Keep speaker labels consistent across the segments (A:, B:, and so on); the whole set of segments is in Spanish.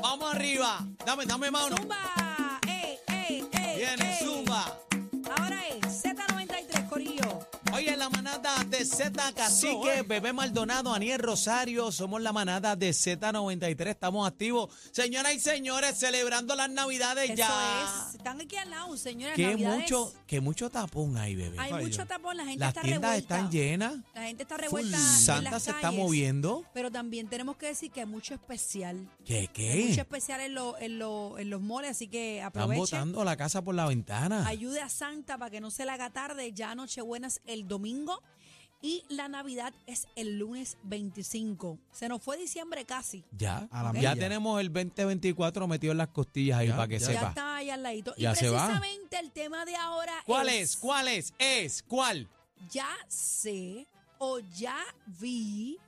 A: vamos arriba. Dame, dame mano.
B: Zumba. eh, Ey, ey, ey.
A: Viene,
B: ey.
A: zumba.
B: eh. Ahora es Z93, Corillo.
A: Hoy en la manada de Z Cacique, Bebé Maldonado, Aniel Rosario, somos la manada de Z93, estamos activos. Señoras y señores, celebrando las Navidades
B: Eso
A: ya.
B: es. Están aquí al lado, señores.
A: Que
B: Navidades.
A: mucho, que mucho tapón hay, bebé.
B: Hay
C: Ay,
B: mucho
C: Dios.
B: tapón, la gente
A: Las
B: está
A: tiendas
B: revuelta.
A: están llenas.
B: La gente está revuelta. en
A: Santa
B: las
A: se está
B: calles.
A: moviendo.
B: Pero también tenemos que decir que hay mucho especial.
A: ¿Qué
B: Hay mucho
A: qué?
B: especial en, lo- en, lo- en los moles, así que
A: Están
B: aprovechen.
A: botando la casa por la ventana.
B: Ayude a Santa para que no se la haga tarde. Ya Nochebuenas el domingo. Y la Navidad es el lunes 25. Se nos fue diciembre casi.
A: Ya,
C: A la
A: ya
C: milla.
A: tenemos el 2024 metido en las costillas ahí
C: Ya,
A: para que
C: ya.
B: Ya
A: sepa.
B: está ahí al ladito. y
A: Ya se va.
B: precisamente el tema de ahora
A: ¿Cuál es? ¿Cuál es? ¿Es? ¿Cuál?
B: Ya sé o ya vi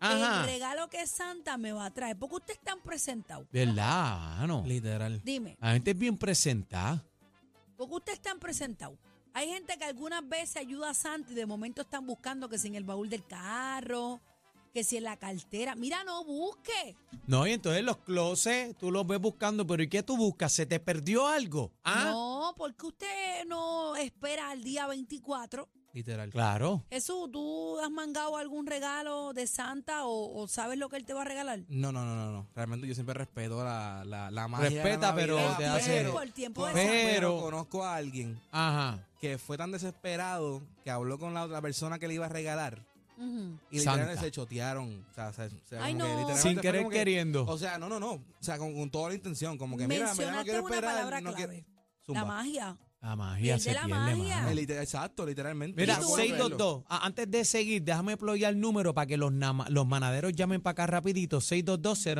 B: el
A: Ajá.
B: regalo que Santa me va a traer. Porque usted está presentado.
A: ¿Verdad? Ah, no.
C: Literal.
B: Dime,
A: La gente es bien presentada.
B: porque usted está presentado. Hay gente que algunas veces ayuda a Santa y de momento están buscando que si en el baúl del carro, que si en la cartera. Mira, no busque.
A: No, y entonces los closets tú los ves buscando, pero ¿y qué tú buscas? ¿Se te perdió algo? Ah,
B: No, porque usted no espera al día 24.
C: Literal.
A: claro.
B: Jesús, ¿tú has mangado algún regalo de Santa o, o sabes lo que él te va a regalar?
C: No, no, no, no, no. Realmente yo siempre respeto la, la, la magia. de la
A: Respeta,
C: Navidad, Ah,
A: pero
B: te hace-
C: pero-
B: Eh, El tiempo de
C: pero
A: Santa. Pero-
C: conozco a alguien
A: Ajá.
C: que fue tan desesperado que habló con la otra persona que le iba a regalar
B: Ujú.
C: y
A: Santa.
C: literalmente se chotearon. O sea, se- o sea,
B: Ay,
C: como
B: no.
C: que literalmente
A: Sin
C: fue
A: querer
C: como que-
A: queriendo.
C: O sea, no, no, no. O sea, con, con toda la intención. Como que mira, mira, no
B: Mencionaste
C: quiero
B: una
C: esperar.
B: palabra
C: no quiero-
B: clave.
C: Zumba.
B: La magia.
A: La magia
B: Pierde
A: se
B: la
A: pierde,
B: magia.
A: mano.
C: Eh, literal- Exacto, literalmente.
A: Mira,
C: Yo puedo verlo.
A: 622. Ah, Antes de seguir, déjame ployar el número para que los, nama- los manaderos llamen para acá rapidito.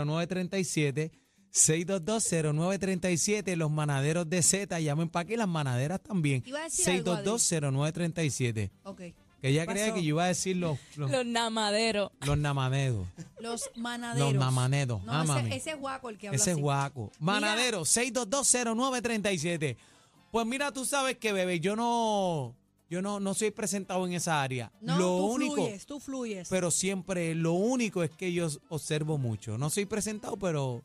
A: 6220937. 6220937. Los manaderos de Z llamen para acá y las manaderas también.
B: Iba a decir algo, Adri.
A: 6220937.
B: Ok.
A: Que ella
B: ¿Qué
A: creía
B: pasó?
A: que yo iba a decir los, los,
D: Los namaderos.
A: los namaderos.
B: Los manaderos.
A: Los mamaneros.
B: No,
A: Ah,
B: ese-
A: mami.
B: ese, es guaco el que habla
A: Ese es
B: así.
A: guaco. Manadero, 6220937. Pues mira, tú sabes que, bebé, yo no, yo no, no soy presentado en esa área.
B: No,
A: lo
B: tú
A: único,
B: fluyes, tú fluyes.
A: pero siempre, lo único es que yo observo mucho. No soy presentado, pero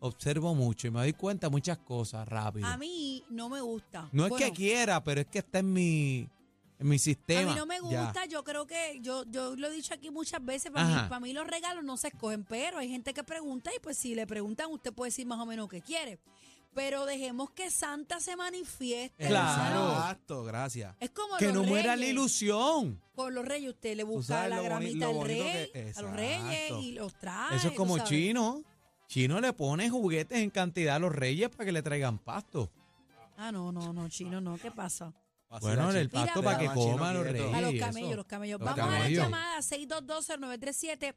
A: observo mucho y me doy cuenta de muchas cosas rápido.
B: a mí no me gusta.
A: no es
B: Bueno,
A: que quiera, pero es que está en mi, en mi
B: A
A: sistema.
B: mí no me
A: Ya.
B: gusta, yo creo que, yo, yo lo he dicho aquí muchas veces, para mí,
A: Ajá.
B: para mí los regalos no se escogen, pero hay gente que pregunta y pues si le preguntan usted puede decir más o menos qué quiere. Pero dejemos que Santa se manifieste.
A: Claro.
C: Exacto, gracias.
B: Es como
A: Que
B: los
A: no muera la
B: reyes.
A: ilusión.
B: Con los reyes usted le busca
C: sabes
B: la
C: lo boni-
B: gramita
C: lo
B: al
C: bonito
B: rey,
C: que-
B: a los reyes
C: Exacto.
B: y los trae.
A: Eso es
B: tú
A: como
B: sabes.
A: chino. Chino le pone juguetes en cantidad a los reyes para que le traigan pasto.
B: Ah, no, no, no, chino, no, ¿qué pasa?
A: Bueno, en el
B: Mira,
A: pasto
B: mira,
A: para que
C: machino
A: coman los
C: quieto.
A: reyes.
B: A los
A: y eso.
B: camellos, los camellos.
C: Los
B: Vamos
C: camellos.
B: a la llamada 6220937,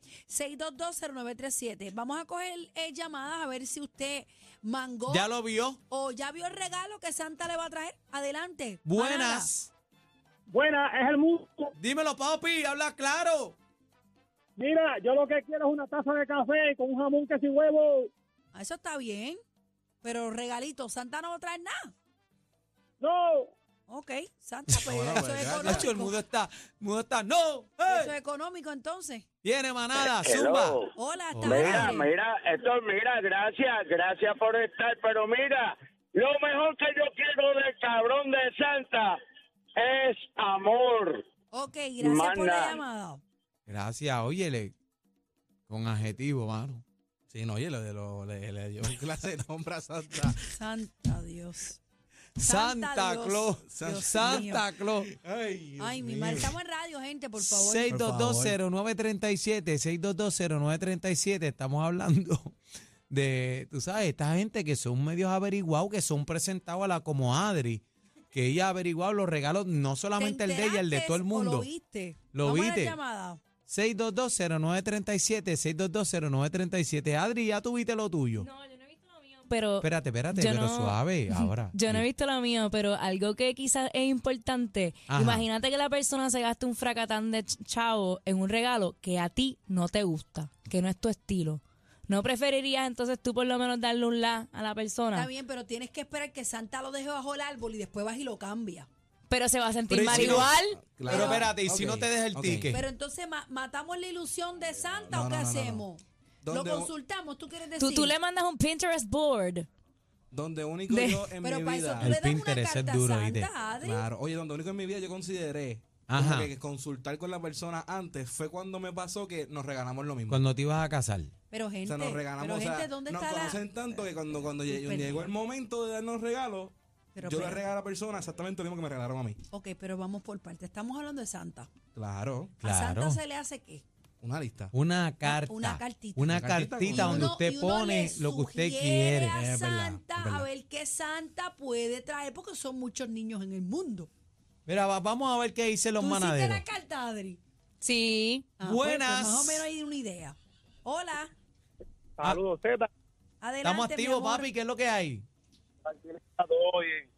B: 6220937. Vamos a coger eh, llamadas a ver si usted mangó
A: Ya lo vio.
B: o ya vio el regalo que Santa le va a traer. Adelante. manada.
A: Buenas.
E: Buena, es el mundo.
A: Dímelo, papi, habla claro.
E: Mira, yo lo que quiero es una taza de café con un jamón que sin huevo.
B: Ah, Eso está bien, pero regalito, Santa no va a traer nada.
E: No,
B: Ok, Santa, pues
C: Bueno,
B: eso
C: pues,
B: es
C: ya, ya.
A: Nacho, el
B: económico.
A: mundo está, el mundo está, no. ¡Ey!
B: Eso es económico entonces.
A: Viene manada, zumba.
F: Hello.
B: Hola, está
F: Mira,
B: bien.
F: mira, esto, mira, gracias, gracias por estar, pero mira, lo mejor que yo quiero del cabrón de Santa es amor.
B: Ok, gracias por la
F: Manda.
B: llamada.
A: Gracias, óyele. Con adjetivo, mano.
C: Sí, no, oye, lo de lo, le, le dio clase de nombre a Santa.
B: Santa Dios. Santa
A: Santa, Claus.
B: Dios. Dios
A: Santa Claus.
B: Ay, mi madre, estamos en radio, gente, por favor.
A: 6220937, 6220937, estamos hablando de, tú sabes, esta gente que son medios averiguados, que son presentados a la como Adri, que ella ha averiguado los regalos, no solamente el de ella, el de todo el
B: ¿Te enteraste
A: mundo.
B: o Lo viste.
A: Lo
B: Vamos a la
A: viste. Ah.
B: llamada.
A: 6220937, 6220937. Adri, ya tuviste lo tuyo.
D: No, yo no he visto lo mío. Pero
A: Espérate, espérate,
D: Yo
A: pero
D: no-
A: suave ahora.
D: yo no he visto lo mío, pero algo que quizás es importante.
A: Ajá.
D: Imagínate que la persona se gaste un fracatán de ch- chavo en un regalo que a ti no te gusta, que no es tu estilo. ¿No preferirías entonces tú por lo menos darle un la a la
B: Está
D: persona?
B: bien, pero tienes que esperar que Santa lo deje bajo el árbol y después vas y lo cambia.
D: Pero se va a sentir
A: Pero ¿y
D: mal
A: si no?
D: igual.
A: Pero espérate, ¿y si no te deja el
C: ok.
A: ticket?
B: Pero entonces ma- matamos la ilusión de Santa
C: No,
B: o
C: no,
B: qué
C: no, no, no.
B: hacemos? Lo
C: Donde,
B: consultamos, tú quieres decir.
D: Tú, tú le mandas un Pinterest board.
C: donde único
D: De-
C: yo en
B: Pero
C: mi
B: para
C: vida.
B: eso tú le
A: El
B: das una
A: Pinterest es
B: carta
A: duro, ¿oíste?
B: santa, Adri.
C: Claro, oye, donde único en mi vida yo consideré como
A: Ajá.
C: que consultar con la persona antes fue cuando me pasó que nos regalamos lo mismo.
A: Cuando te ibas a casar.
B: Pero gente,
C: o sea, nos regalamos,
B: pero
C: o sea,
B: gente, ¿dónde
C: nos
B: está la-
C: conocen tanto que cuando, cuando lle-
B: perdida.
C: llegó el momento de darnos regalos,
B: Pero
C: yo le
B: espérate.
C: regalo a la persona exactamente lo mismo que me regalaron a mí.
B: Ok, pero vamos por parte. Estamos hablando de Santa.
C: Claro,
B: ¿A Santa
A: Claro.
B: se le hace qué?
C: una lista.
A: Una carta.
B: una cartita.
A: Una
C: Una cartita
A: cartita
C: con-
A: donde
B: Uno-
A: usted
B: y uno
A: pone
B: le
A: lo que usted
B: sugiere
A: quiere.
B: A
C: Es verdad,
B: Santa,
C: es verdad.
B: a ver qué Santa puede traer, porque son muchos niños en el mundo.
A: Mira, va- vamos a ver qué dicen los
B: ¿Tú hiciste
A: manaderos.
B: la carta, Adri?
D: Sí.
B: pues, pues,
A: Buenas.
B: más o menos hay una idea. Hola,
E: Saludos, Zeta.
B: adelante.
A: Estamos
B: mi
A: activos,
B: amor.
A: papi. ¿Qué es lo que hay?
E: Tranquilidad, todo bien.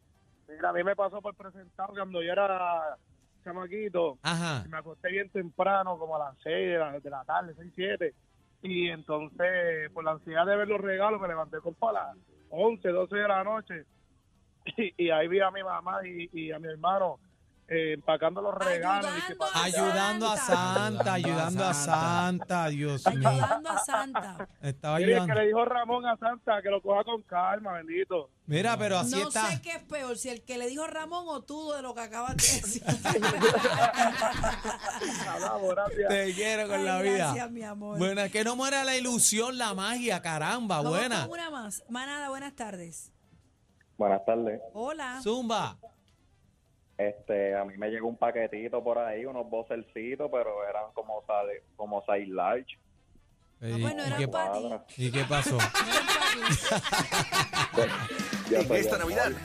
E: Mira, a mí me pasó por presentar cuando yo era chamaquito.
A: Ajá.
E: Y Me acosté bien temprano, como a las 6 de la, de la tarde, 6, 7. Y entonces, por la ansiedad de ver los regalos, me levanté como a las 11, 12 de la noche. Y, y ahí vi a mi mamá y, y a mi hermano eh, empacando los regalos. y que
B: Ayudando.
E: pa-
A: Ayudando a Santa, ayudando a Santa. Dios mío.
B: Ayudando a Santa.
A: Estaba
E: Mira, el que
A: ayudando.
E: le dijo Ramón a Santa que lo coja con calma, bendito.
A: Mira, pero así
B: no
A: está.
B: sé qué es peor, si el que le dijo Ramón o tú de lo que acabas de decir.
E: Hablamos, gracias.
A: Te quiero con
B: Ay,
A: la vida.
B: Gracias, mi amor.
A: Buena, que no muera la ilusión, la magia, caramba,
B: Vamos
A: buena.
B: con una más. Manada, buenas tardes.
G: Buenas tardes.
B: Hola.
A: Zumba.
G: Este, a mí me llegó un paquetito por ahí, unos vocercitos, pero eran como sale, como size large.
B: No,
A: ¿Y-
B: pues no
A: y
B: era
A: qué-
B: para ti.
G: Cuadra.
A: ¿Y qué pasó?
B: No era para ti.
G: Ya
H: En
G: soy
H: esta
G: grande.
H: Navidad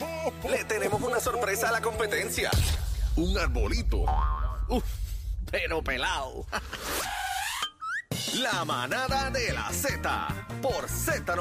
H: le tenemos una sorpresa a la competencia. Un arbolito. Uf, pero pelado. La manada de la Z por Z93.